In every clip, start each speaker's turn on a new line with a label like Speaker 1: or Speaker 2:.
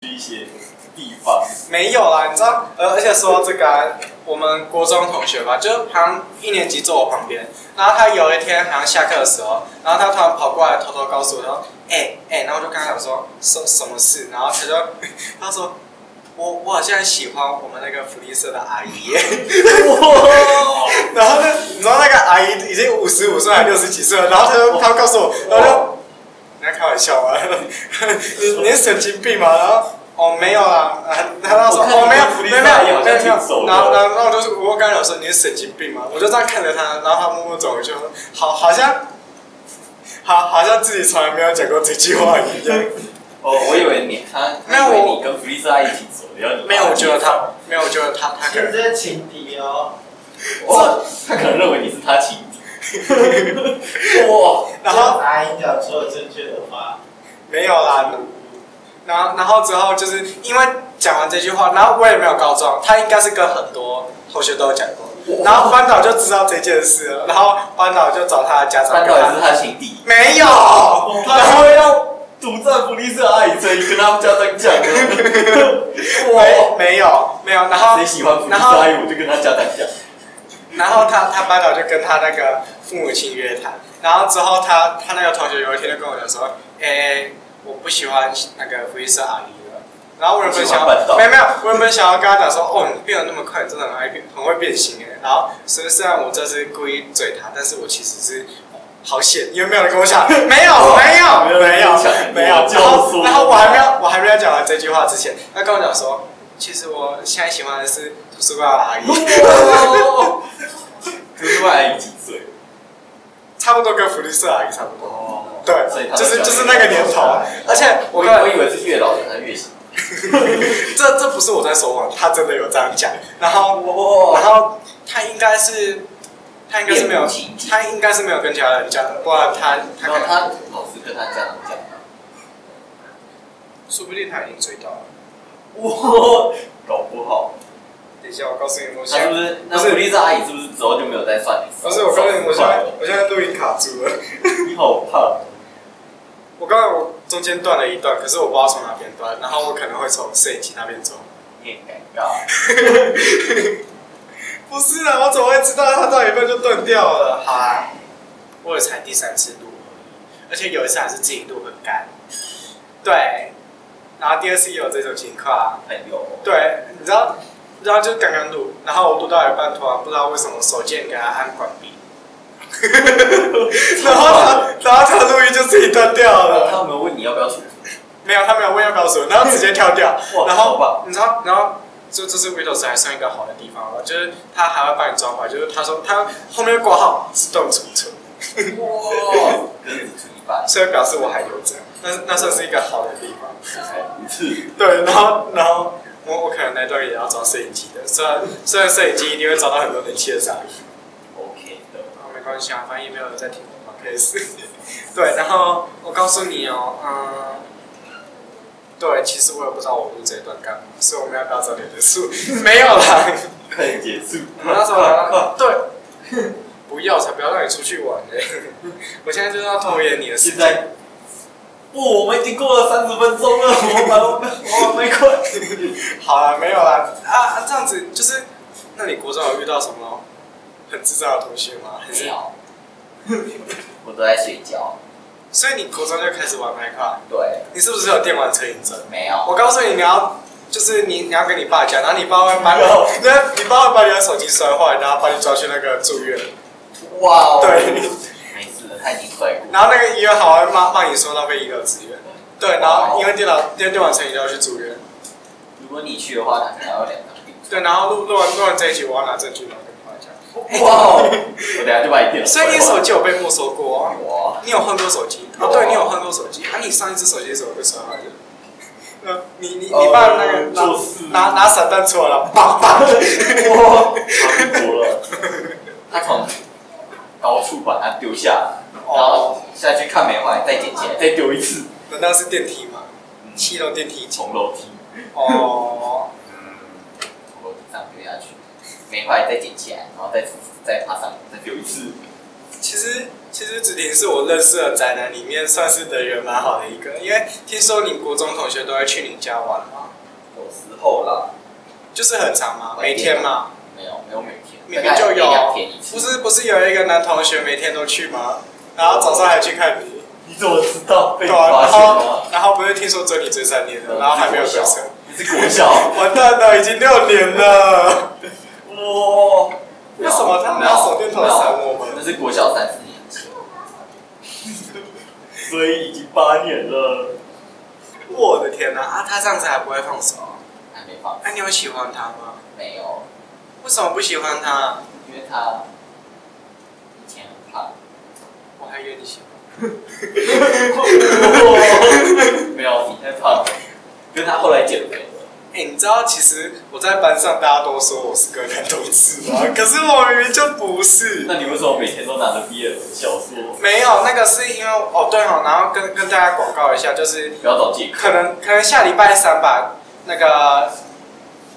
Speaker 1: 一些地方。
Speaker 2: 没有啦，你知道，呃，而且说到这个、啊，我们国中同学吧，就是好像一年级坐我旁边，然后他有一天好像下课的时候，然后他突然跑过来偷偷告诉我说，哎、哎、然后我就跟他讲说什什么事，然后他就他说我我好像喜欢我们那个福利社的阿姨耶，然后呢，你知道那个阿姨已经五十五岁还六十几岁了，然后他就他告诉我，然后就。你在开玩笑吗？ 你你是神经病吗？然后哦没有啦，啊然后他说
Speaker 1: 我看你
Speaker 2: 哦没有
Speaker 1: 福利社
Speaker 2: 没有没有
Speaker 1: 也好像
Speaker 2: 没有没
Speaker 1: 挺走
Speaker 2: 有，
Speaker 1: 的
Speaker 2: 然后然后然后我就是我刚才有说你是神经病吗？我就这样看着他，然后他默默走回去，我说好好像好好像自己从来没有讲过这句话一样。
Speaker 1: 哦，我以为你他，
Speaker 2: 没有
Speaker 1: 他以为
Speaker 2: 我
Speaker 1: 你跟弗利萨一起走的，然后你
Speaker 2: 没有，我觉得他没有，我觉得他他可
Speaker 3: 现
Speaker 2: 能
Speaker 3: 在情敌哦，
Speaker 1: 哇，他可能认为你是他情敌。 哇，
Speaker 2: 然后
Speaker 3: 这阿姨讲出了正确的话，
Speaker 2: 没有啦。然后，然后之后就是因为讲完这句话，然后我也没有告状，他应该是跟很多同学都有讲过。然后班导就知道这件事了，然后班导就找他的家长
Speaker 1: 班
Speaker 2: 跟
Speaker 1: 导也是
Speaker 2: 他，
Speaker 1: 他情敌，
Speaker 2: 没有，
Speaker 1: 他
Speaker 2: 然
Speaker 1: 还
Speaker 2: 后
Speaker 1: 会让独占弗利萨阿姨，所以跟他们家长讲的。哎啊
Speaker 2: 没
Speaker 1: 哇，
Speaker 2: 没有没有，然后
Speaker 1: 谁喜欢弗利萨阿姨，我就跟他家长讲。
Speaker 2: 然后他他班导就跟他那个父母亲约谈，然后之后他他那个同学有一天就跟我讲说，诶，我不喜欢那个福利社阿姨了。然后我原 本
Speaker 1: 不喜
Speaker 2: 想
Speaker 1: 欢班导
Speaker 2: 要，没有没有，我原本想要跟他讲说，哦，你变得那么快，你真的很爱变，很会变心哎。然后虽虽然我这次故意嘴他，但是我其实是好险，因为没有人跟我讲， 没有没有没有没有。然后然后我还没有我还没有讲完这句话之前，他跟我讲说，其实我现在喜欢的是图书馆的阿 姨。
Speaker 1: 哦图书馆阿姨几岁？
Speaker 2: 差不多跟福利社阿姨差不多。
Speaker 1: 哦，所以
Speaker 2: 对，
Speaker 1: 他
Speaker 2: 就是就是那个年头，啊而且我
Speaker 1: 我
Speaker 2: 跟
Speaker 1: 我以为是越老人才越小。
Speaker 2: 这这不是我在说谎，他真的有这样讲。然后
Speaker 1: 哇
Speaker 2: 然后他应该是他应该是没有
Speaker 1: 恋母情结
Speaker 2: 他应该是没有跟其他人讲的，不然他他
Speaker 1: 然
Speaker 2: 可
Speaker 1: 后
Speaker 2: 能
Speaker 1: 他老师跟他家长讲，
Speaker 2: 说不定他已经追到了。
Speaker 1: 哇，搞不好
Speaker 2: 等一下，我告诉你，我
Speaker 1: 他
Speaker 2: 现
Speaker 1: 是不
Speaker 2: 在
Speaker 1: 是？那福利社阿姨是不是之后就没有再算你？
Speaker 2: 不是我告诉你，我现在我现在录音卡住了。
Speaker 1: 你好怕，
Speaker 2: 我刚才我中间断了一段，可是我不知道从哪边断，然后我可能会从摄影机那边走。
Speaker 1: 你很尴尬。
Speaker 2: 不是啊，我怎么会知道它到一半就断掉了？好啦，我也才第三次录而已，而且有一次还是自己录很干。对，然后第二次也有这种情况。
Speaker 1: 朋友，
Speaker 2: 对，你知道，你知道就刚刚录，然后我录到一半，突然不知道为什么手贱给它按关 闭，然后它，然后它录音就自己断掉了。
Speaker 1: 他有没有问你要不要出？
Speaker 2: 没有，他没有问要不要说，然后直接跳掉
Speaker 1: 哇，
Speaker 2: 然
Speaker 1: 好吧
Speaker 2: 后你知道，然后这这是 Windows 还算一个好的地方了，就是他还会帮你装回来，就是他说他后面挂号自动储存，
Speaker 1: 哇，可是只出一半，
Speaker 2: 所以表示我还留着，那那算是一个好的地方。
Speaker 1: 才一次。
Speaker 2: 对，然后然后我我可能那段也要装摄影机的，虽然虽然摄影机一定会找到很多人气的杂音，
Speaker 1: OK 的，
Speaker 2: 然后没关系啊，反正也没有人在听我 p o d 对，然后我告诉你哦，嗯。对，其实我也不知道我录这一段干嘛，所以我们要不要早点结束？没有 啦，
Speaker 1: 快点结束。
Speaker 2: 那时候啊对，不要才不要让你出去玩嘞！我现在就是要拖延你的时
Speaker 1: 现
Speaker 2: 间。
Speaker 1: 在，不，我们已经过了三十分钟了，我们我们我们快。
Speaker 2: 好了，没有啦啊，这样子就是，那你国中有遇到什么很智障的同学吗？还是
Speaker 1: 没？有，我都在睡觉。
Speaker 2: 所以你国中就开始玩麦克，
Speaker 1: 对，
Speaker 2: 你是不是有电玩成瘾症？
Speaker 1: 没有。
Speaker 2: 我告诉你，你要就是你你要跟你爸讲，然后你爸会把 你
Speaker 1: 没有，
Speaker 2: 那你爸会把你的手机摔坏，然后把你抓去那个住院，
Speaker 1: 哇哦。
Speaker 2: 对，
Speaker 1: 没事的，他已经摔过。
Speaker 2: 然后那个医院好像骂骂你说浪费医疗资源，对，然
Speaker 1: 哦
Speaker 2: 后因为电脑因为电玩成瘾就要去住院。
Speaker 1: 如果你去的话，他可能要两张病
Speaker 2: 对，然后录录完录完这一集，我要拿证据来跟你爸讲。
Speaker 1: 床。哇哦！我等下就把你电脑摔
Speaker 2: 所
Speaker 1: 坏。
Speaker 2: 以你手机有被没收过啊？
Speaker 1: 哇，
Speaker 2: 你有换过手机？
Speaker 1: 有
Speaker 2: 哦，对，你有换过手机。啊，你上一只手机是怎么被摔坏的？那你你
Speaker 1: 哦
Speaker 2: 你爸那个拿
Speaker 1: 就是
Speaker 2: 拿拿散弹出来了，砰砰！
Speaker 1: 哇，差不多了。他从高处把它丢下来，然后下去看没坏，再捡起来，再丢一次。
Speaker 2: 难道是电梯吗？
Speaker 1: 嗯
Speaker 2: 七楼电梯
Speaker 1: 从楼梯，
Speaker 2: 哦，
Speaker 1: 嗯，从楼梯上丢下去，没坏再捡起来，然后再再爬上，再丢一次。
Speaker 2: 其实其实子婷是我认识的宅男里面算是人缘蛮好的一个，因为听说你国中同学都会去你家玩嘛，
Speaker 1: 有时候啦，
Speaker 2: 就是很长嘛，每天嘛，
Speaker 1: 没有没有每天，
Speaker 2: 明明就有
Speaker 1: 大概一两天一，次。
Speaker 2: 不是不是有一个男同学每天都去吗？然后早上还去看你，
Speaker 1: 你怎么知道被
Speaker 2: 对
Speaker 1: 你
Speaker 2: 啊，
Speaker 1: 发
Speaker 2: 然
Speaker 1: 现
Speaker 2: 后
Speaker 1: 了？
Speaker 2: 然后不是听说追你追三年了，然后还没有追成，
Speaker 1: 你是啊国小？
Speaker 2: 完蛋了，已经六年了，
Speaker 1: 哇！
Speaker 2: 为什么他们拿手电筒闪我们
Speaker 1: 那是国小三四年 级，
Speaker 4: 所以已经八年了。
Speaker 2: 我的天哪！啊，他这样子还不会放手，啊
Speaker 1: 还没放，
Speaker 2: 那、你有喜欢他吗？
Speaker 1: 没有，
Speaker 2: 为什么不喜欢他？
Speaker 1: 因为他以前 很胖，
Speaker 2: 我还以为你喜欢。
Speaker 1: 没有，你太胖了，跟他后来减肥了。
Speaker 2: 哎、你知道其实我在班上大家都说我是个男同志吗？ 可是我明明就不是。
Speaker 1: 那你为什么每天都拿着 BL 小说？
Speaker 2: 没有，那个是因为哦对哦，然后跟跟大家广告一下，就是
Speaker 1: 不要找借口。
Speaker 2: 可能可能下礼拜三吧，那个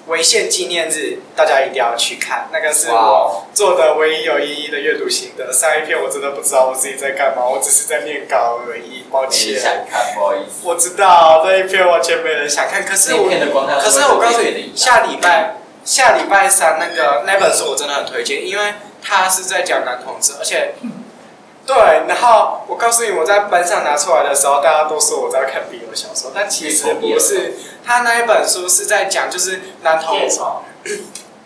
Speaker 2: 违宪纪念日，大家一定要去看。那个是
Speaker 1: 哇
Speaker 2: 我
Speaker 1: 哦，
Speaker 2: 做的唯一有意义的阅读心得。上一篇我真的不知道我自己在干嘛，我只是在念稿而已，抱
Speaker 1: 没人
Speaker 2: 歉。
Speaker 1: 想看，不好意思。
Speaker 2: 我知道那一篇完全没人想看，可是
Speaker 1: 那
Speaker 2: 我
Speaker 1: 片的光看，
Speaker 2: 可是我告诉
Speaker 1: 被骗的
Speaker 2: 你，
Speaker 1: 影响
Speaker 2: 下礼拜下礼拜三那个那本书我真的很推荐，因为它是在讲男同志，而且对，然后我告诉你，我在班上拿出来的时候，大家都说我在看 BL 小说，但其实不是，他那一本书是在讲就是男同志，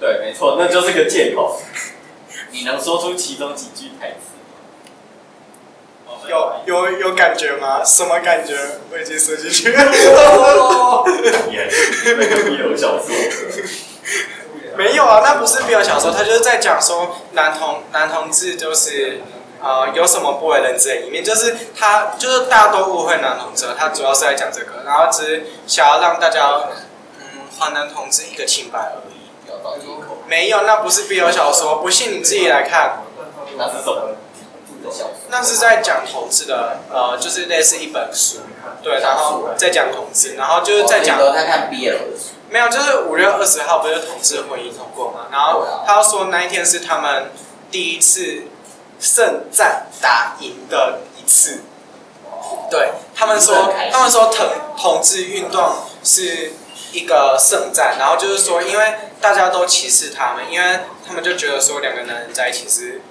Speaker 1: 对，没错，那就是个借口。 你能说出其中几句台词吗？
Speaker 2: 有有有感觉吗？什么感觉？我已经说进去了，
Speaker 1: 哦
Speaker 4: 你还是那个 BL 小说，
Speaker 2: 没有啊，那不是 BL 小说，他就是在讲说男同男同志就是。呃，有什么不为人知的一面？就是他，就是大家都误会男同志，他主要是在讲这个，然后只是想要让大家，嗯，还男同志一个清白而已。
Speaker 1: 不要找借口。
Speaker 2: 没有，那不是 BL 小说，不信你自己来看。
Speaker 1: 那是什么？你的小说？
Speaker 2: 那是在讲同志的，呃，就是类似一本书，对，然后在讲同志，然后就是在讲
Speaker 1: 哦那时候他看 BL 的书，
Speaker 2: 没有，就是五月二十号不是同志婚姻通过嘛，然后他说那一天是他们第一次圣战打赢的一次。对他们说，他们说同同志运动是一个圣战，然后就是说，因为大家都歧视他们，因为他们就觉得说两个男人在一起是，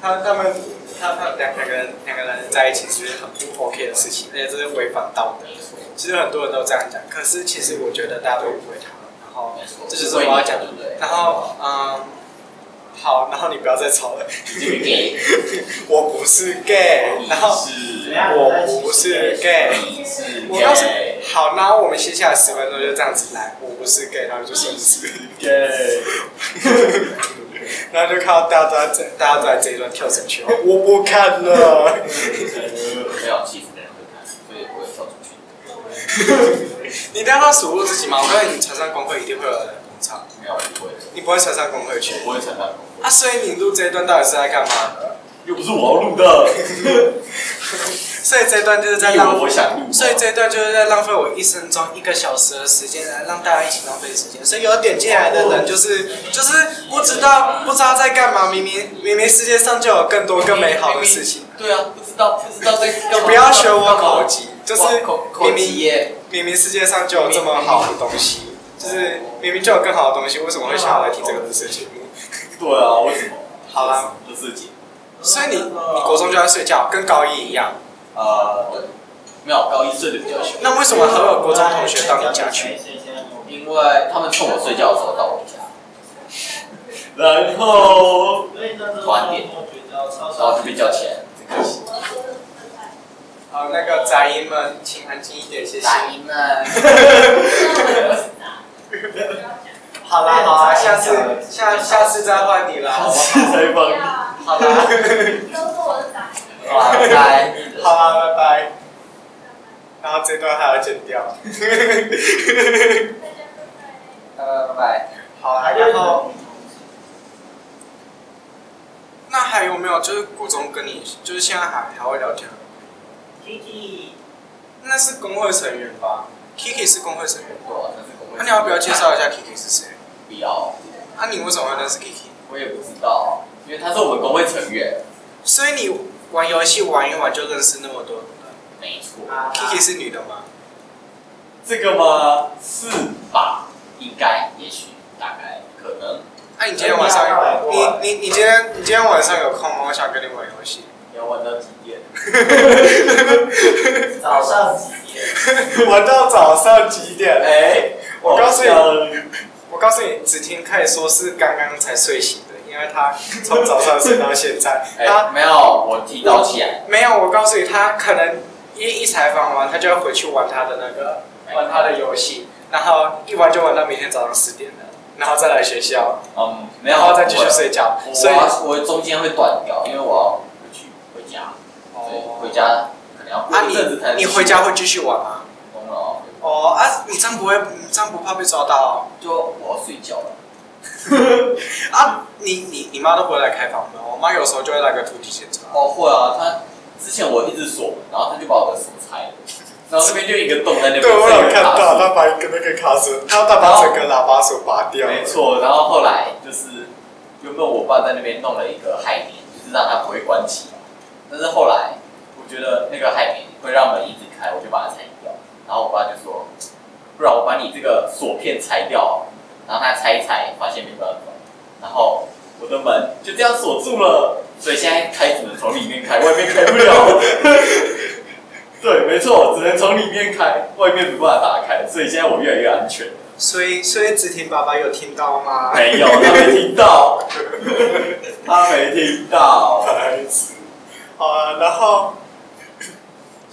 Speaker 2: 他他们他他两两个人两个人在一起是很不 OK 的事情，而且这是违反道德。
Speaker 1: 没错，
Speaker 2: 其实很多人都这样讲，可是其实我觉得大家都误会他了。然后，
Speaker 1: 没错，
Speaker 2: 这就是我要讲
Speaker 1: 对不对？
Speaker 2: 然后，嗯，好，然后你不要再吵了。
Speaker 1: 你这个 gay，
Speaker 2: 我不是 gay，然后
Speaker 1: 是
Speaker 2: 我不是 gay。
Speaker 1: 你是
Speaker 2: 我告诉
Speaker 1: gay
Speaker 2: 好，然后我们接下来十分钟就这样子来，我不是 gay，然后就说你是，然后就看到大家都在这大家都在这一段跳绳去，我不看了。
Speaker 1: 没有，其实没人会看，所以我会跳出去。
Speaker 2: 你一定要数落自己嘛，我告诉你，传上工会一定会有人捧场，
Speaker 1: 没有，不会的，
Speaker 2: 你不会传上工会去
Speaker 1: 我不会承担
Speaker 2: 啊？所以你录这一段到底是在干嘛的？
Speaker 4: 又不是我要 录的。
Speaker 2: 所以这一段就是在
Speaker 1: 因
Speaker 2: 浪
Speaker 1: 为我想录嘛，
Speaker 2: 所以这一段就是在浪费我一生中一个小时的时间，来让大家一起浪费时间。所以有点进来的人就是就是不知道不知道在干嘛，明明明明世界上就有更多更美好的事情。
Speaker 1: 对啊，不知道不知道在干嘛。
Speaker 2: 不要学我口技，就是
Speaker 1: 哇口口
Speaker 2: 明
Speaker 1: 技
Speaker 2: 明
Speaker 1: 耶，
Speaker 2: 明明世界上就有这么好的东西，就是明明就有更好的东西，为什么会想要来听这个事情？
Speaker 4: 对啊，为什么？
Speaker 2: 好啦，
Speaker 4: 就是姐。
Speaker 2: 所以你你国中就要睡觉，跟高一一样。
Speaker 1: 呃，对没有高一睡得比较凶，
Speaker 2: 那为什么还有国中同学到你家去？
Speaker 1: 因为他们趁我睡觉的时候到我家，
Speaker 4: 然后
Speaker 1: 然后就被叫起来。
Speaker 2: 好，那个杂音们，请安静一点，谢谢。
Speaker 1: 打赢了，
Speaker 2: 好啦好啦，哎下次下下次再换你了，好不
Speaker 4: 是
Speaker 2: 好？
Speaker 4: 采访
Speaker 2: 好啦
Speaker 5: 都说我是宅
Speaker 1: 哇，来，
Speaker 2: 好啦，拜拜。然后这段还要剪掉。
Speaker 5: 男，大家都在。
Speaker 1: 呃，拜拜。
Speaker 2: 好啦，然后 那还有没有就是顾总跟你就是现在还还会聊天吗？那是工会成员吧？Kiki 是工会成员。啊
Speaker 1: 我那是公
Speaker 2: 那、你要不要介绍一下 Kiki 是谁？
Speaker 1: 不要，
Speaker 2: 啊，你为什么会认识 Kiki？
Speaker 1: 我也不知道，因为他是我们工会成员，
Speaker 2: 所以你玩游戏玩一玩就认识那么多人了。
Speaker 1: 没错，
Speaker 2: Kiki 是女的吗？
Speaker 1: 这个吗？是吧？应该，也许，大概，可能。
Speaker 2: 哎、你今天晚上
Speaker 3: 哎呀
Speaker 2: 你你你今天你今天晚上有空吗？我想跟你玩游戏。
Speaker 4: 你要玩到几点？
Speaker 3: 早上几 点？
Speaker 2: 玩到早上几点？
Speaker 1: 哎，。
Speaker 2: 我告诉你
Speaker 4: 你，
Speaker 2: 我告诉你，子婷可以说是刚刚才睡醒的，因为她从早上睡到现 在
Speaker 1: 哎，
Speaker 2: 她
Speaker 1: 没有，我提早起来，
Speaker 2: 没有，我告诉你，她可能一一采访完，她就要回去玩她的那个玩她的游戏，然后一玩就玩到明天早上十点了，然后再来学校，
Speaker 1: 嗯，没有，
Speaker 2: 然后再继续睡觉。
Speaker 1: 我。
Speaker 2: 所以
Speaker 1: 我我中间会断掉，因为我要回去回家，所以回家可能要
Speaker 2: 哦啊
Speaker 1: 过一阵子才能
Speaker 2: 你
Speaker 1: 去
Speaker 2: 回家会继续玩吗？
Speaker 1: 疯了哦，
Speaker 2: 哦啊，你这样不会，你这样不怕被抓到哦、
Speaker 1: 就我要睡觉了。
Speaker 2: 啊？你你你妈都不会来开房门，我妈有时候就会来个突击检查。
Speaker 1: 哦，会啊，他之前我一直锁门，然后他就把我的锁拆了，然后这边就一个洞在那边，
Speaker 2: 对，我
Speaker 1: 所以
Speaker 2: 有看
Speaker 1: 卡
Speaker 2: 到
Speaker 1: 住。
Speaker 2: 他把一个那个卡锁，他他把整个喇叭锁拔掉。
Speaker 1: 没。错，然后后来就是原本我爸在那边弄了一个海绵，就是让它不会关起来，但是后来我觉得那个海绵会让门一直开，我就把它拆掉。然后我爸就说，不然我把你这个锁片拆掉好了。然后他拆一拆，发现没办法，然后我的门就这样锁住了，所以现在开只能从里面开，外面开不了。对，没错，只能从里面开，外面没办法打开，所以现在我越来越安全。
Speaker 2: 所以所以子婷爸爸有听到吗？
Speaker 1: 没有，他没听到， 他没听到。
Speaker 2: 白痴。好啊，然后。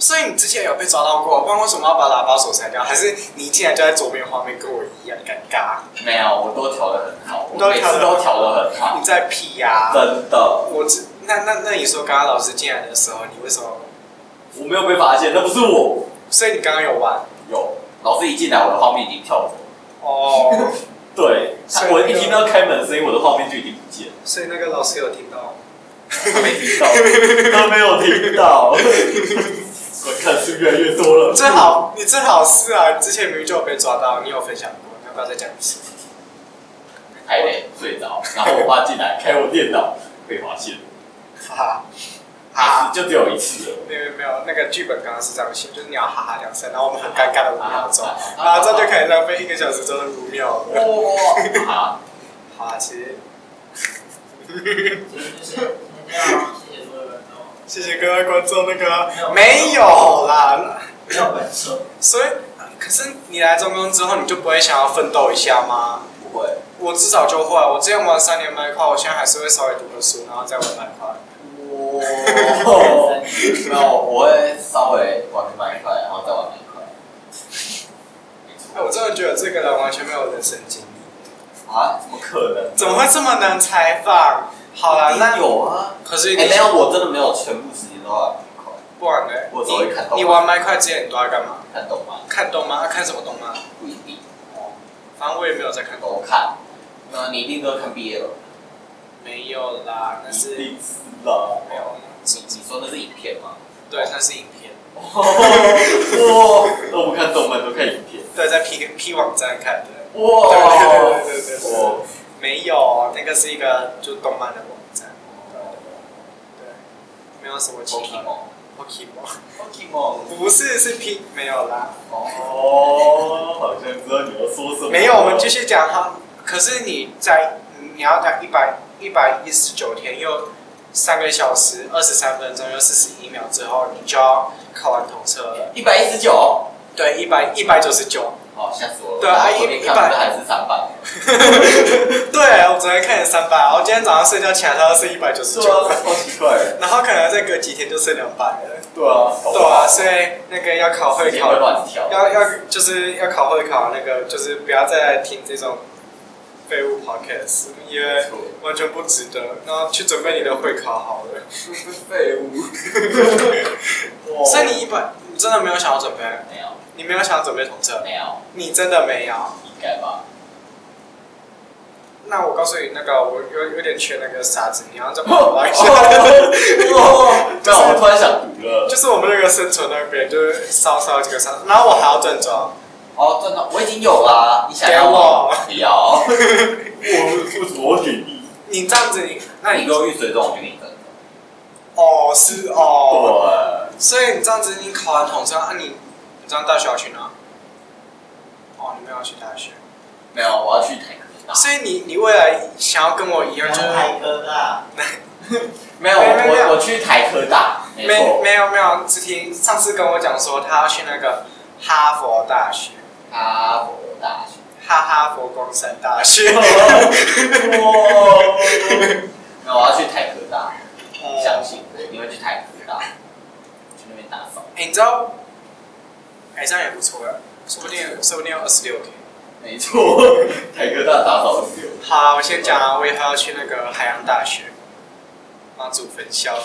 Speaker 2: 所以你之前有被抓到过，不然为什么要把喇叭锁拆掉？还是你竟然就在左边画面跟我一样尴尬？
Speaker 1: 没有，我都调的很好，我
Speaker 2: 都
Speaker 1: 每
Speaker 2: 调得
Speaker 1: 次都调的很好
Speaker 2: 你，在屁呀、
Speaker 1: 真的，
Speaker 2: 我知那那那你说刚刚老师进来的时候，你为什么？
Speaker 1: 我没有被发现，那不是我。
Speaker 2: 所以你刚刚有玩
Speaker 1: 有，老师一进来，我的画面已经跳走了。
Speaker 2: 哦，
Speaker 1: 对，
Speaker 2: 所以那
Speaker 1: 我
Speaker 2: 个
Speaker 1: 一听到开门的声音，我的画面就已经不见了，
Speaker 2: 所以那个老师有听到。
Speaker 1: 他没听到，他没有听到。观看数越来越多了，
Speaker 2: 正好你正好是啊，之前明明就有被抓到，你有分享过，要不要再讲一次？
Speaker 1: 太累睡着，然后我爸进来开我电脑，被发现，
Speaker 2: 哈 哈，
Speaker 1: 啊，
Speaker 2: 哈，
Speaker 1: 就只有一次了。
Speaker 2: 没有没有没有，那个剧本刚刚是这样写，就是你要哈哈两声，然后我们很尴尬的五秒钟，
Speaker 1: 啊啊
Speaker 2: 啊，这样就可以浪费一个小时中的五秒了。
Speaker 1: 哇，啊，
Speaker 2: 好啊，其实
Speaker 3: 就是你要谢谢所有人哦，
Speaker 2: 谢谢各位观众，那个没
Speaker 3: 没有
Speaker 2: 有啦，
Speaker 3: 没有本事。
Speaker 2: 所以可是你来中工之后，你就不会想要奋斗一下吗？
Speaker 1: 不会，
Speaker 2: 我至少就会，我之前玩三年麦块，我现在还是会稍微读个书，然后再玩麦块。
Speaker 1: 哇，没有，我会稍微玩慢一块，然后再玩慢一块。没
Speaker 2: 哎，
Speaker 1: 错。
Speaker 2: 我真的觉得这个人完全没有人生经历，
Speaker 1: 啊？怎么可能？
Speaker 2: 怎么会这么难采访？好啦，那
Speaker 1: 有啊。
Speaker 2: 可
Speaker 1: 哎，
Speaker 2: 是你
Speaker 1: 等一下我真的没有全部时间都要玩慢一块，
Speaker 2: 不玩嘞？
Speaker 1: 我只会看动漫
Speaker 2: 你你玩麦块之前你都在干嘛？
Speaker 1: 看动漫
Speaker 2: 看动漫？啊看什么动漫？
Speaker 1: 不一定
Speaker 2: 哦，反正我也没有在看动
Speaker 1: 都看。那你一定都看毕业了？
Speaker 2: 漫。没有啦，那是
Speaker 1: 一定是啦。
Speaker 2: 没有，
Speaker 1: 你你说那是影片吗？
Speaker 2: 对，那是影片。
Speaker 1: 哇，哦那我们看动漫都看影片。
Speaker 2: 对，在 P P 网站看的。
Speaker 1: 哇
Speaker 2: 对对对对对对
Speaker 1: 哇
Speaker 2: 没有，那个是一个就动漫的网站。对，没有什么其他。
Speaker 1: ，Pokemon。
Speaker 2: Pokemon。
Speaker 1: Pokemon。
Speaker 2: 不是，是 P 没有啦，
Speaker 4: 哦，好像知道你要说什么。
Speaker 2: 没有，我们继续讲哈。可是你在你要讲一百一百一十九天又三个小时二十三分钟又四十一秒之后，你就要考完统测了。
Speaker 1: 一百一十九。
Speaker 2: 对，一百一百九十九。
Speaker 1: 好，哦吓死我了！
Speaker 2: 对啊
Speaker 1: 我昨天看的还是三百。
Speaker 2: 对，我昨天看了三百，然后今天早上睡觉起来它是一百九十九，
Speaker 1: 超奇怪。
Speaker 2: 然后可能再隔几天就剩两百了。
Speaker 1: 对啊，
Speaker 2: 对啊，所以那个要考
Speaker 1: 时
Speaker 2: 会
Speaker 1: 间
Speaker 2: 考
Speaker 1: 会，乱跳。
Speaker 2: 要要就是要考会考，那个就是不要再听这种废物 podcast，因为
Speaker 1: 没错
Speaker 2: 完全不值得。然后去准备你的会考好了。
Speaker 1: 废物。
Speaker 2: 所以你一百，你真的没有想要准备，
Speaker 1: 没有
Speaker 2: 你没有想要准备统测，
Speaker 1: 没有，
Speaker 2: 你真的没有。
Speaker 1: 应该吧？
Speaker 2: 那我告诉你，那个我有有点缺那个傻子，你要再帮我拉一下。
Speaker 1: 哦，没有，我突然想读了。
Speaker 2: 就是我们那个生存那边，就是稍稍这个稍，然后我还要正装，
Speaker 1: 哦，真的，我已经有啦。你想要吗？不要。
Speaker 4: 我为什么我给你？
Speaker 2: 你这样子你，那
Speaker 1: 你
Speaker 2: 你
Speaker 1: 给我遇水中，我就给你分。
Speaker 2: 哦，是哦。
Speaker 1: 我呃
Speaker 2: 所以你这样子，你考完统专啊你，你这样大学要去哪？哦，你没有要去大学，
Speaker 1: 没有，我要去台科大。
Speaker 2: 所以你你未来想要跟我一样，就是
Speaker 3: 海科大，
Speaker 1: 没有，
Speaker 2: 没有没有
Speaker 1: 我我我去台科大，没
Speaker 2: 没
Speaker 1: 错。
Speaker 2: 没有没有，只听上次跟我讲说他要去那个哈佛大学，
Speaker 1: 哈佛大学。
Speaker 2: 哈哈佛光山大
Speaker 1: 哦
Speaker 2: 学。
Speaker 1: 哇！那我要去台科大，相
Speaker 2: 哦，
Speaker 1: 信我，你会去台科大，去那边打扫。
Speaker 2: 哎，你知道？哎，这样也不错呀，说不定说不定有二十六 K。
Speaker 1: 没错，台科大打扫六。
Speaker 2: 好啦，我先讲啊，我以后要去那个海洋大学，妈祖 分校。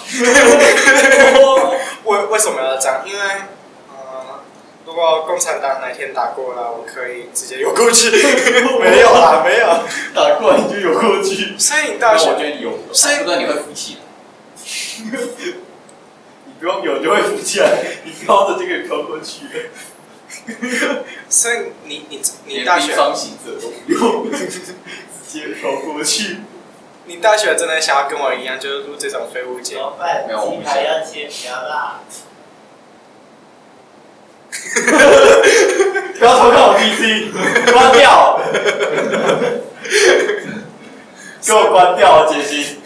Speaker 2: 为为什么要这样？因为，呃，如果共产党哪天打过来，我可以直接游过去。 没有啦，没有。
Speaker 1: 打过来你就游过去。
Speaker 2: 所以你
Speaker 1: 那
Speaker 2: 大
Speaker 1: 我
Speaker 2: 学，
Speaker 1: 觉得你有，
Speaker 2: 所以
Speaker 1: 不然你会服气的。你不用游就会浮起来，你飘着就可以飘过去了。
Speaker 2: 所以你你你
Speaker 1: 连
Speaker 2: 大学
Speaker 1: 冰，霜行者都不用，直接飘过去。
Speaker 2: 你大学真的想要跟我一样，就是录这种废物节
Speaker 3: 怎？
Speaker 1: 哦
Speaker 3: 么办？
Speaker 1: 没有我不
Speaker 3: 鸡排要切比较辣，
Speaker 1: 不要偷看我 PC，关掉，给我关掉，杰西。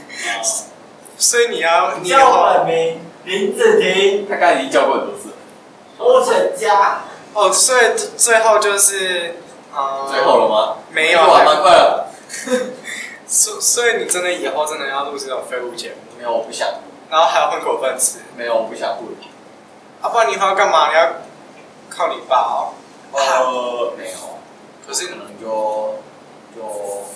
Speaker 2: 所以你要你
Speaker 3: 叫
Speaker 2: 要
Speaker 3: 我名林子婷，
Speaker 1: 他刚才已经叫过很多次了，
Speaker 3: 欧成佳，
Speaker 2: 哦，所以最后就是，呃，
Speaker 1: 最后了吗？
Speaker 2: 没有
Speaker 1: 我还蛮快了。
Speaker 2: 所所以你真的以后真的要录这种废物节目，
Speaker 1: 没有，我不想，
Speaker 2: 然后还要混口饭吃，
Speaker 1: 没有，我不想录。
Speaker 2: 啊，不然你以后要干嘛？你要靠你爸哦。
Speaker 1: 呃，没有，
Speaker 2: 可是
Speaker 1: 可能就就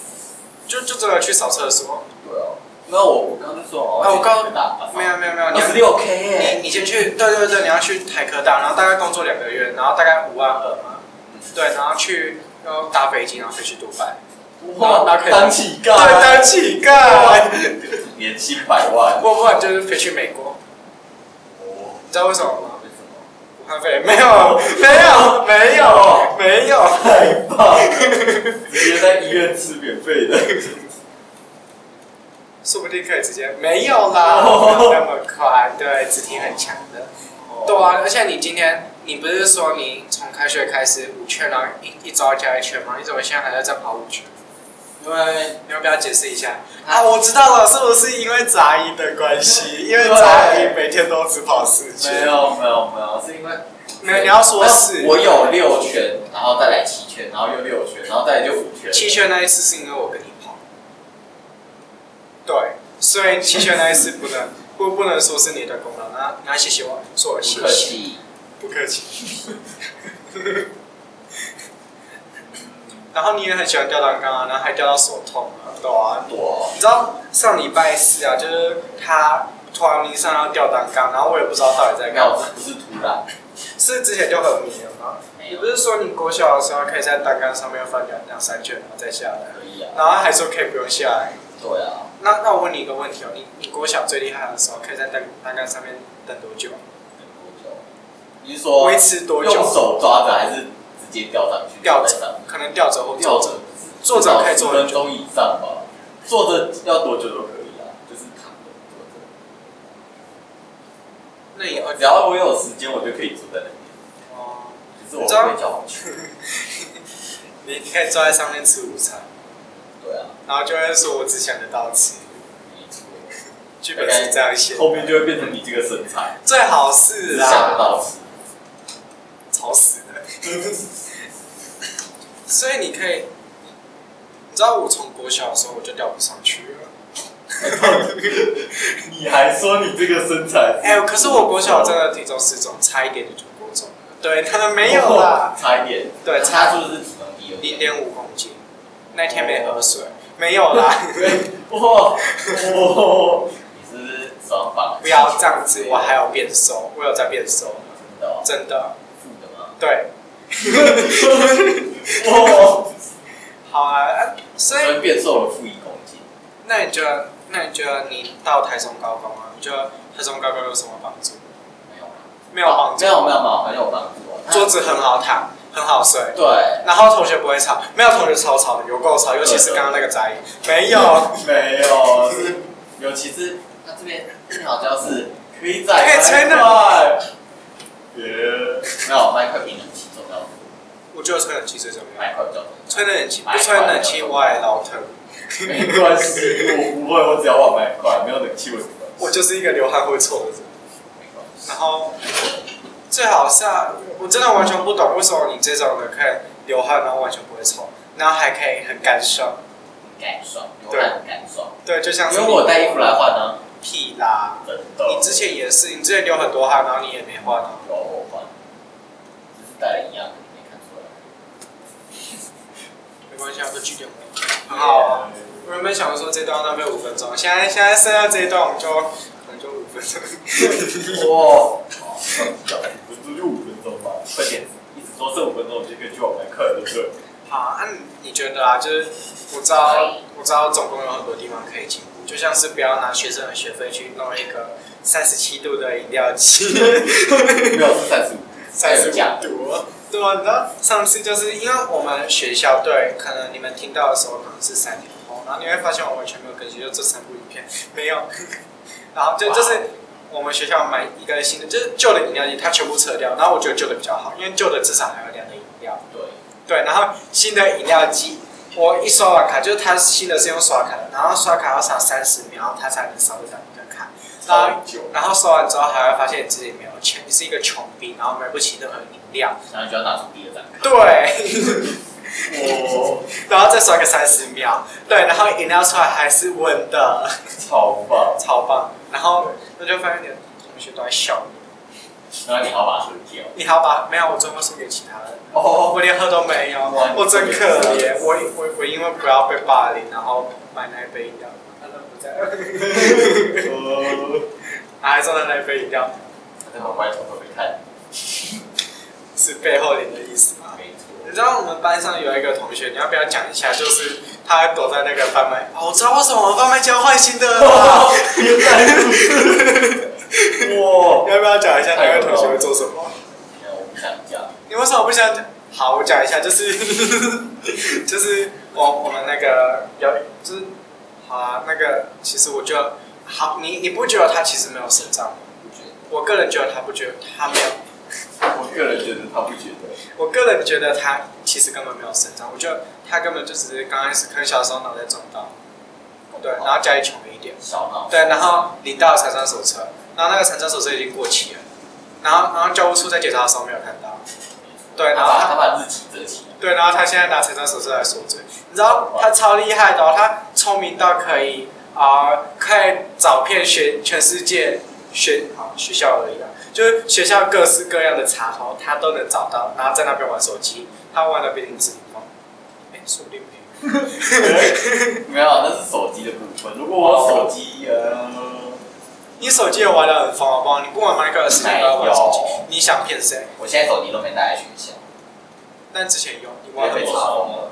Speaker 2: 就就只有去扫厕所。
Speaker 1: 对哦。没有，我我刚刚就说哦，
Speaker 2: 啊我刚
Speaker 1: 去打
Speaker 2: 没有没有没有，你
Speaker 1: 二
Speaker 2: 要
Speaker 1: 十六 K 耶，
Speaker 2: 你你先去，对对对，你要去台科大，然后大概工作两个月，然后大概五万二嘛，对，然后去然后搭飞机，然后飞去杜拜，
Speaker 1: 哇，
Speaker 2: 那可以
Speaker 1: 当乞
Speaker 2: 对，
Speaker 1: 丐，
Speaker 2: 当乞丐，
Speaker 1: 年薪百万。
Speaker 2: 不不然就是飞去美国，
Speaker 1: 哦，
Speaker 2: 你知道为什么吗？
Speaker 1: 为什么？
Speaker 2: 武汉肺炎没有没有没有没有，
Speaker 1: 太棒了，直接在医院吃免费的。
Speaker 2: 说不定可以直接没有啦，没有那么快，对，肢体很强的。 对啊，而且你今天你不是说你从开学开始五圈，然后一一周要加一圈吗？你怎么现在还在再跑五圈？
Speaker 1: 因为
Speaker 2: 你要不要解释一下？啊，我知道了，是不是因为杂音的关 系？因为杂音每天都只跑四
Speaker 1: 没
Speaker 2: 圈。
Speaker 1: 有没有没有，是因为
Speaker 2: 没有，你要说
Speaker 1: 呃
Speaker 2: 是
Speaker 1: 我有六圈，然后再来七圈，然后又六圈，然后再来就五圈。
Speaker 2: 七圈那一次是因为我跟你跑。对，所以七圈那一次不能不不能说是你的功劳，那那谢谢我，说我
Speaker 1: 不
Speaker 2: 谢
Speaker 1: 客
Speaker 2: 谢，
Speaker 1: 气，
Speaker 2: 不客气。 然后你也很喜欢吊单杠啊，然后还吊到手痛啊，对啊，
Speaker 1: 我
Speaker 2: 你知道上礼拜四啊，就是他突然迷上要吊单杠，然后我也不知道到底在
Speaker 1: 没
Speaker 2: 干
Speaker 1: 有
Speaker 2: 嘛，，
Speaker 1: 不是突然，
Speaker 2: 是之前就很迷了吗？
Speaker 1: 没
Speaker 2: 你
Speaker 1: 有
Speaker 2: 不是说你国小的时候可以在单杠上面翻两两三圈，然后再下来，
Speaker 1: 可以啊，
Speaker 2: 然后还说可以不用下来。
Speaker 1: 对啊，
Speaker 2: 那那我问你一个问题哦，你你国小最厉害的时候可以在单单杠上面等多久？
Speaker 1: 等多久？你是说
Speaker 2: 维持多
Speaker 1: 用
Speaker 2: 久？
Speaker 1: 手抓着还是直接吊上去？
Speaker 2: 吊
Speaker 1: 在上
Speaker 2: 着，可能吊着或
Speaker 1: 面，吊
Speaker 2: 坐
Speaker 1: 着
Speaker 2: 着。，坐着可以坐
Speaker 1: 十
Speaker 2: 很
Speaker 1: 分
Speaker 2: 久，
Speaker 1: 钟以上吧，坐着要多久都可以啊，就是躺着坐着。
Speaker 2: 那也
Speaker 1: 只要我有时间，我就可以坐在那边。
Speaker 2: 哦，
Speaker 1: 可是我不会叫我去。
Speaker 2: 你你可以坐在上面吃午餐，
Speaker 1: 对啊，
Speaker 2: 然后就会说我只想得到吃，
Speaker 1: 没错。
Speaker 2: 剧本是这样写的。
Speaker 1: 后面就会变成你这个身材，
Speaker 2: 最好是
Speaker 1: 想不
Speaker 2: 啊，
Speaker 1: 到死。
Speaker 2: 吵死了。 所以你可以，你知道我从国小的时候我就吊不上去了。
Speaker 1: 你还说你这个身材？
Speaker 2: 哎、可是我国小真的体重适中，差一点就国中了。对，他们没有啦，，
Speaker 1: 哦差一点。
Speaker 2: 对
Speaker 1: 差就是体能低有
Speaker 2: 零
Speaker 1: 点。
Speaker 2: 点五公斤，那天没喝水，没有啦，
Speaker 1: 哇哇！你是不是双反？
Speaker 2: 不要这样子，我还有变瘦，我有在变瘦，
Speaker 1: 真的哦，
Speaker 2: 真的，
Speaker 1: 负的吗？
Speaker 2: 对，
Speaker 1: 哇！
Speaker 2: 好啊，啊所以
Speaker 1: 哦所以变瘦了负一公斤。
Speaker 2: 那你觉得，那你觉得你到台中高工啊，你觉得台中高工有什么帮助？
Speaker 1: 没有啊，
Speaker 2: 没有帮助
Speaker 1: 没，有没有没有，很有帮助啊。
Speaker 2: 桌子很好躺，很好睡，
Speaker 1: 对，
Speaker 2: 然后同学不会吵，没有同学超吵的，有够吵，尤其是刚刚那个杂音，没有，
Speaker 1: 没有，是尤其是他这这边这边好像是可以再
Speaker 2: 可以吹的
Speaker 1: 快，
Speaker 4: 耶，
Speaker 1: 没有麦克比冷气重要，
Speaker 2: 我觉得吹冷气最重要，
Speaker 1: 麦克比较重
Speaker 2: 吹冷气不吹冷气我也老疼，
Speaker 1: 要，没关系，我不会，我只要往麦快，没有冷气我也不会，
Speaker 2: 我就是一个流汗会臭的人。
Speaker 1: 没关系。
Speaker 2: 然后最好是啊，我真的完全不懂为什么你这种人可以流汗，然后完全不会臭，然后还可以很干爽。
Speaker 1: 干爽，流
Speaker 2: 对
Speaker 1: 汗干爽。
Speaker 2: 对，就像是
Speaker 1: 因为我带衣服来换呢，
Speaker 2: 屁啦，
Speaker 4: 真的。
Speaker 2: 你之前也是，你之前流很多汗，然后你也没换啊。
Speaker 1: 有我换，只是带了一样，你没看出来。
Speaker 2: 没关系，啊，都据点很好啊。我原本想说这段要浪费五分钟，现在现在剩下这一段我们就可能就五分钟。
Speaker 1: 哇，
Speaker 2: 哦
Speaker 4: 五分钟就五分钟吧，快点，一直说剩五分钟，我们就可以去往外看，对不对？
Speaker 2: 好啊，那、你觉得啊，就是我知道，我知道总共有很多地方可以进步，就像是不要拿学生的学费去弄一个三十七度的饮料机，
Speaker 1: 没有是三十五，
Speaker 2: 三十
Speaker 1: 有价
Speaker 2: 五度。对啊，你知道上次就是因为我们学校对，可能你们听到的时候可能是三年后，然后你会发现我完全没有更新，就这三部影片没有， 然后就就是我们学校买一个新的，就是旧的饮料机，它全部撤掉，然后我觉得旧的比较好，因为旧的至少还有两个饮料。
Speaker 1: 对，
Speaker 2: 对，然后新的饮料机，我一刷完卡，就是它新的是用啊刷卡的，然后刷卡要扫三十秒，然后它才能扫得到你的卡。然后，
Speaker 4: 久，
Speaker 2: 然后刷完之后还会发现你自己没有钱，你是一个穷逼，然后买不起任何饮料。
Speaker 1: 然后就要拿出第二张卡。
Speaker 2: 对，
Speaker 4: 我
Speaker 2: 然后再刷个三十秒，对，然后饮料出来还是温的，
Speaker 4: 超棒，
Speaker 2: 超棒。然后我就发现你的同学都在笑你，
Speaker 1: 然后你要把它喝掉。
Speaker 2: 你好吧？没有，我最后送给其他人。
Speaker 1: 哦，
Speaker 2: 我连喝都没有，
Speaker 1: 哇
Speaker 2: 我真可怜。我我我因为不要被霸凌，然后买那一杯饮料，他都不在，哦
Speaker 4: 呃，
Speaker 2: 还送的那一杯饮料
Speaker 1: 那个歪头会被看，
Speaker 2: 是背后领的意思吗？
Speaker 1: 没错。
Speaker 2: 你知道我们班上有一个同学，你要不要讲一下？就是他躲在那个贩卖，哦，我知道为什么贩卖机要换新的 了。
Speaker 4: 别再录制哇，
Speaker 2: 你要不要讲一下哪个同学会做什么？
Speaker 1: 那我不想讲，
Speaker 2: 你为什么不想讲？好，我讲一下，就是 就是我我们那个有就是好啊，那个其实我觉得好，你你不觉得他其实没有成长吗？
Speaker 1: 不觉得。
Speaker 2: 我个人觉得他不觉得他没有，
Speaker 4: 我个人觉得他不觉得，
Speaker 2: 我个人觉得他其实根本没有成长，我觉得他根本就只是刚开始可能小时候脑袋撞到，对，
Speaker 1: 哦
Speaker 2: 然后家里穷了一点，
Speaker 1: 小脑。
Speaker 2: 对，然后领到了残障手册，然后那个残障手册已经过期了，然后然后教务处在检查的时候没有看到，对，然
Speaker 1: 他
Speaker 2: 后
Speaker 1: 把
Speaker 2: 他
Speaker 1: 他把日期折起来，
Speaker 2: 对，然后他现在拿成长手册来说嘴，你知道他超厉害的、哦，他聪明到可以啊、可以找遍全全世界学啊学校而已啦，就是学校各式各样的茶行他都能找到，然后在那边玩手机，他玩的比你自己疯，哎，说不定没有。
Speaker 1: 没有，啊那是手机的部分。如果我手机呃，
Speaker 2: 你手机也玩的很疯好不好？你不玩 Minecraft 的时间都要玩手机
Speaker 1: 没有，
Speaker 2: 你想骗谁？
Speaker 1: 我现在手机都没带在学校，
Speaker 2: 但之前有，你玩
Speaker 1: 也
Speaker 2: 的
Speaker 1: 被查封了。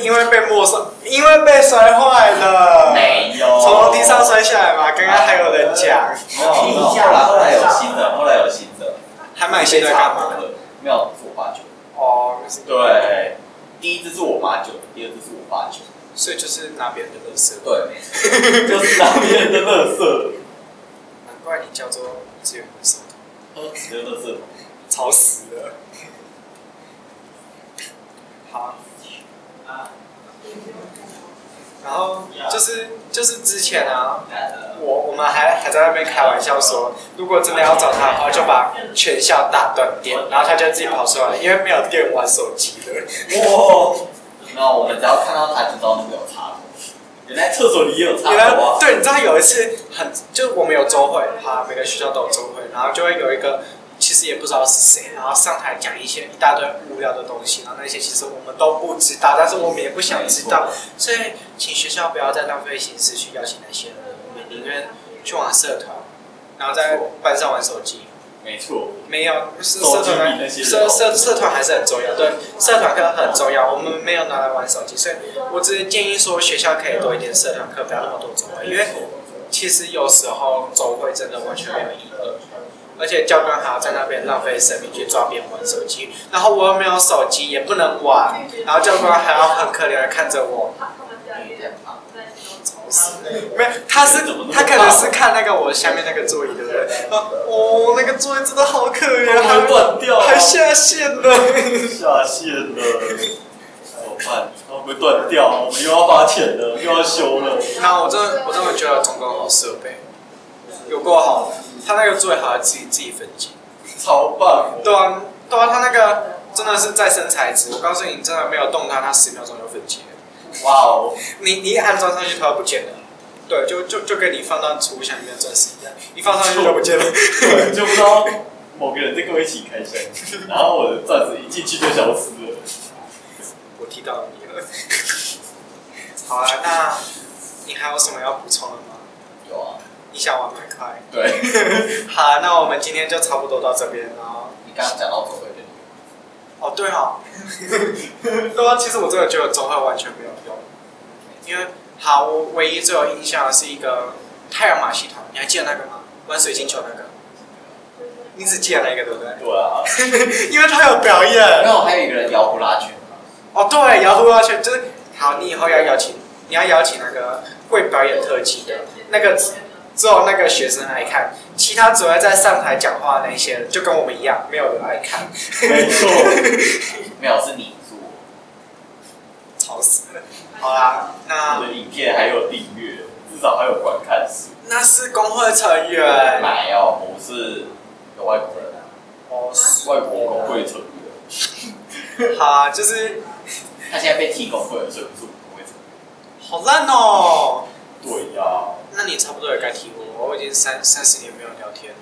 Speaker 2: 因为被没收，因为被摔坏了，
Speaker 1: 没有，
Speaker 2: 从楼梯上摔下来嘛。刚刚还有人讲，
Speaker 1: 没有，没有后来后来有新的，后来有新的。
Speaker 2: 还买新的干嘛？？
Speaker 1: 没有，是我爸酒。
Speaker 2: 哦，那是，
Speaker 1: 对，第一支是我妈酒，第二支是我爸酒。
Speaker 2: 所以就是拿别人的乐色。
Speaker 1: 对，没错，就是拿别人的垃圾，
Speaker 2: 难怪你叫做资源回收，
Speaker 1: 喝死的哦垃圾桶。
Speaker 2: 吵死了。 好，
Speaker 3: 啊，
Speaker 2: 然后就是就是之前啊，
Speaker 1: 男的，
Speaker 2: 我我们还还在那边开玩笑说，如果真的要找他的话，就把全校大断电，然后他就自己跑出来，因为没有电玩手机了。
Speaker 1: 哇！没有，我们只要看到他就知道那个有插头。原来厕所里也有插
Speaker 2: 原来
Speaker 1: 头啊！
Speaker 2: 对，你知道有一次很，就是我们有周会，哈，每个学校都有周会，然后就会有一个，其实也不知道是谁，然后上台讲一些一大堆无聊的东西，然后那些其实我们都不知道，但是我们也不想知道，所以请学校不要再浪费心思去邀请那些人，我们宁愿去玩社团，然后在班上玩手机。
Speaker 1: 没错，
Speaker 2: 没有，社
Speaker 4: 手
Speaker 2: 社
Speaker 4: 机比
Speaker 2: 团
Speaker 4: 那些人
Speaker 2: 社社社团还是很重要，对，社团课很重要，我们没有拿来玩手机，所以我只是建议说学校可以多一点社团课，不要那么多周会，因为其实有时候周会真的完全没有意义，而且教官还要呃在那边浪费生命去抓别人玩手机，然后我呃又没有手机，也不能玩，然后教官还要很可怜的看着我，
Speaker 5: 他们家
Speaker 1: 有点胖。
Speaker 2: 超死。
Speaker 3: 对
Speaker 2: 没有，他是
Speaker 4: 怎么那么
Speaker 2: 他可能是看那个我下面那个座椅，对不对？啊哦，那个座椅真的好可怜，
Speaker 4: 还
Speaker 2: 还
Speaker 4: 乱掉、
Speaker 1: 啊
Speaker 2: 还下线了。
Speaker 4: 下线了，怎么办？它会不会断掉？我们又要花钱了，又要修了。
Speaker 2: 那我真的我真的觉得总共好设备有够好，他那个座椅好像自己自己分解。
Speaker 4: 超棒！
Speaker 2: 对啊，对啊，他那个真的是再生材质，我告诉你，你真的没有动它，它十秒钟就分解了。
Speaker 1: 哇哦，
Speaker 2: 你你一安装上去，它就不见了。对，就就就跟你放到储物箱里面的钻石一样，一放上去就不见了。
Speaker 4: 对就不知道某个人在跟我一起开箱，然后我的钻石一进去就消失了。
Speaker 2: 我提到你了。 好了，那你还有什么要补充的吗？
Speaker 1: 有啊，
Speaker 2: 你想玩麦块？
Speaker 4: 对，
Speaker 2: 好啊，那我们今天就差不多到这边了。
Speaker 1: 你刚刚讲到走回的理由，
Speaker 2: 哦，对哦， 对啊，其实我真的觉得周会完全没有用，因为好，我唯一最有印象的是一个太阳马戏团，你还记得那个吗？玩水晶球那个，你只记得那个对不对？
Speaker 4: 对啊，
Speaker 2: 因为他有表演。
Speaker 1: 然后还有一个人摇呼啦圈嘛，
Speaker 2: 哦，对，摇呼啦圈就是好，你以后要邀请，你要邀请那个会表演特技的，那个只有那个学生爱看，其他只会在上台讲话的那些人，就跟我们一样，没有人爱看，
Speaker 4: 没错，
Speaker 1: 没有是你是我，
Speaker 2: 吵死了。好啦，那
Speaker 1: 啊
Speaker 4: 我的影片还有订阅，至少还有观看数。哦
Speaker 2: 那是工会成员。
Speaker 1: 没有，我是有外国人啊，
Speaker 2: 哦，
Speaker 4: 外国工会成员，
Speaker 2: 好啊，就是
Speaker 1: 他现在被踢工会了，所以不是我们工会成员。
Speaker 2: 好烂哦。
Speaker 4: 对呀、
Speaker 2: 那你差不多也该提我，我已经三三十年没有聊天了。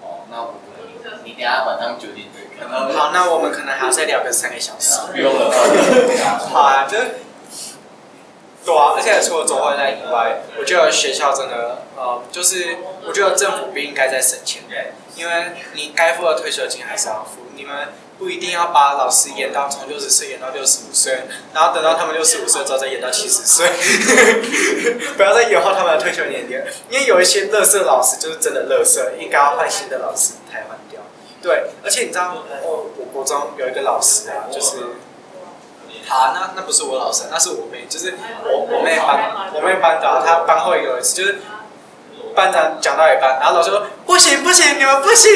Speaker 1: 哦，那我们你等一下晚上九点再看到。
Speaker 2: 好，那我们可能还要再聊个三个小时。
Speaker 4: 不用了，
Speaker 2: 好啊，就是。对啊，而且除了总会在以外，我觉得学校真的，呃，就是我觉得政府不应该再省钱，因为你该付的退休金还是要付，你们不一定要把老师延到从六十岁延到六十五岁，然后等到他们六十五岁之后再延到七十岁， 不要再延后他们的退休年龄，因为有一些乐色老师就是真的乐色，应该要换新的老师才换掉。对，而且你知道，呃我我国中有一个老师啊，就是。好、啊，那那不是我老师，那是我妹，就是我我妹班，我妹班长，她班后有一次就是班长讲到一半，然后老师说不行不行，你 们不行，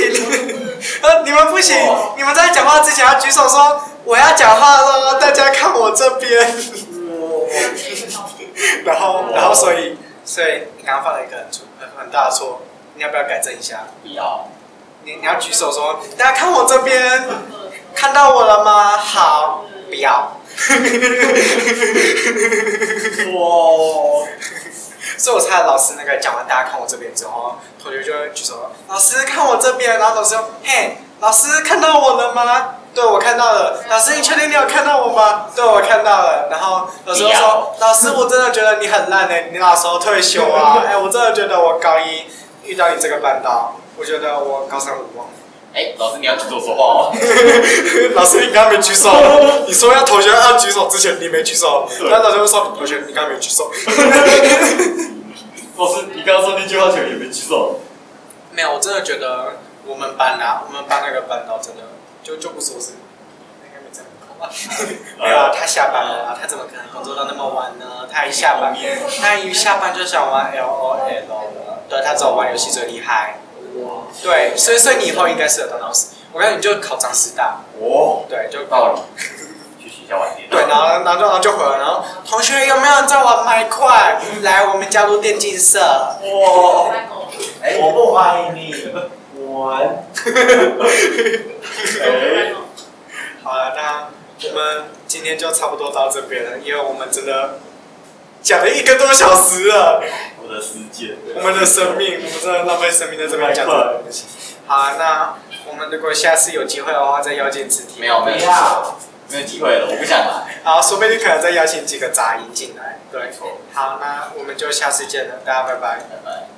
Speaker 2: 呃你们不行，你们在讲话之前要举手说我要讲话喽，大家看我这边， 然后然后所以所以你刚刚犯了一个很错很很大的错，你要不要改正一下？
Speaker 1: 不要，
Speaker 2: 你你要举手说大家看我这边，看到我了吗？好，不要。
Speaker 4: 哇，
Speaker 2: 所以我猜老师那个讲完大家看我这边之后，同学就会举手说老师看我这边，然后老师说嘿，老师看到我了吗？对，我看到了。老师，你确定你有看到我吗？对，我看到了。然后老师就说：“老师，我真的觉得你很烂呢、欸你哪时候退休啊？哎、我真的觉得我高一遇到你这个班导，我觉得我高三无望。
Speaker 1: 哎，老师你要举手说话 哦。
Speaker 2: 老师，你刚刚没举手，你说要同学要举手之前，你没举手，然后老师就说：同学，你刚刚没举手。
Speaker 4: 老师，你刚刚说那句话前也没举手，
Speaker 2: 没有，我真的觉得我们班啊，我们班那个班导真的就就不说是，应该没这样搞吧没有啊，他下班了啊，他怎么可能工作到那么晚呢？他一下班，他一下班就想玩 L O L 了，对他只有玩游戏最厉害。对，所以所以你以后应该适合当老师。我告诉你，你就考张师大，
Speaker 4: 哦，
Speaker 2: 对，就
Speaker 1: 道理，去学校晚点。
Speaker 2: 对，然后然后然后就回来，然后同学有没有人在玩麦块？来，我们加入电竞社。
Speaker 4: 哇，
Speaker 1: 哎，
Speaker 3: 我不欢迎你，我
Speaker 4: 哎，
Speaker 2: 好了，那我们今天就差不多到这边了，因为我们真的讲了一个多小时了，
Speaker 4: 我的世界，
Speaker 2: 我们的生命，我们真的浪费生命在这边讲这个东西。好啊，那我们如果下次有机会的话，再邀请子婷。
Speaker 1: 没有
Speaker 3: 不
Speaker 1: 没有
Speaker 3: 要，
Speaker 1: 没有机会了，我不想来。
Speaker 2: 好，说不定可能再邀请几个杂音进来。对
Speaker 1: 没，错，
Speaker 2: 好，那我们就下次见了，大家拜拜。
Speaker 1: 拜拜。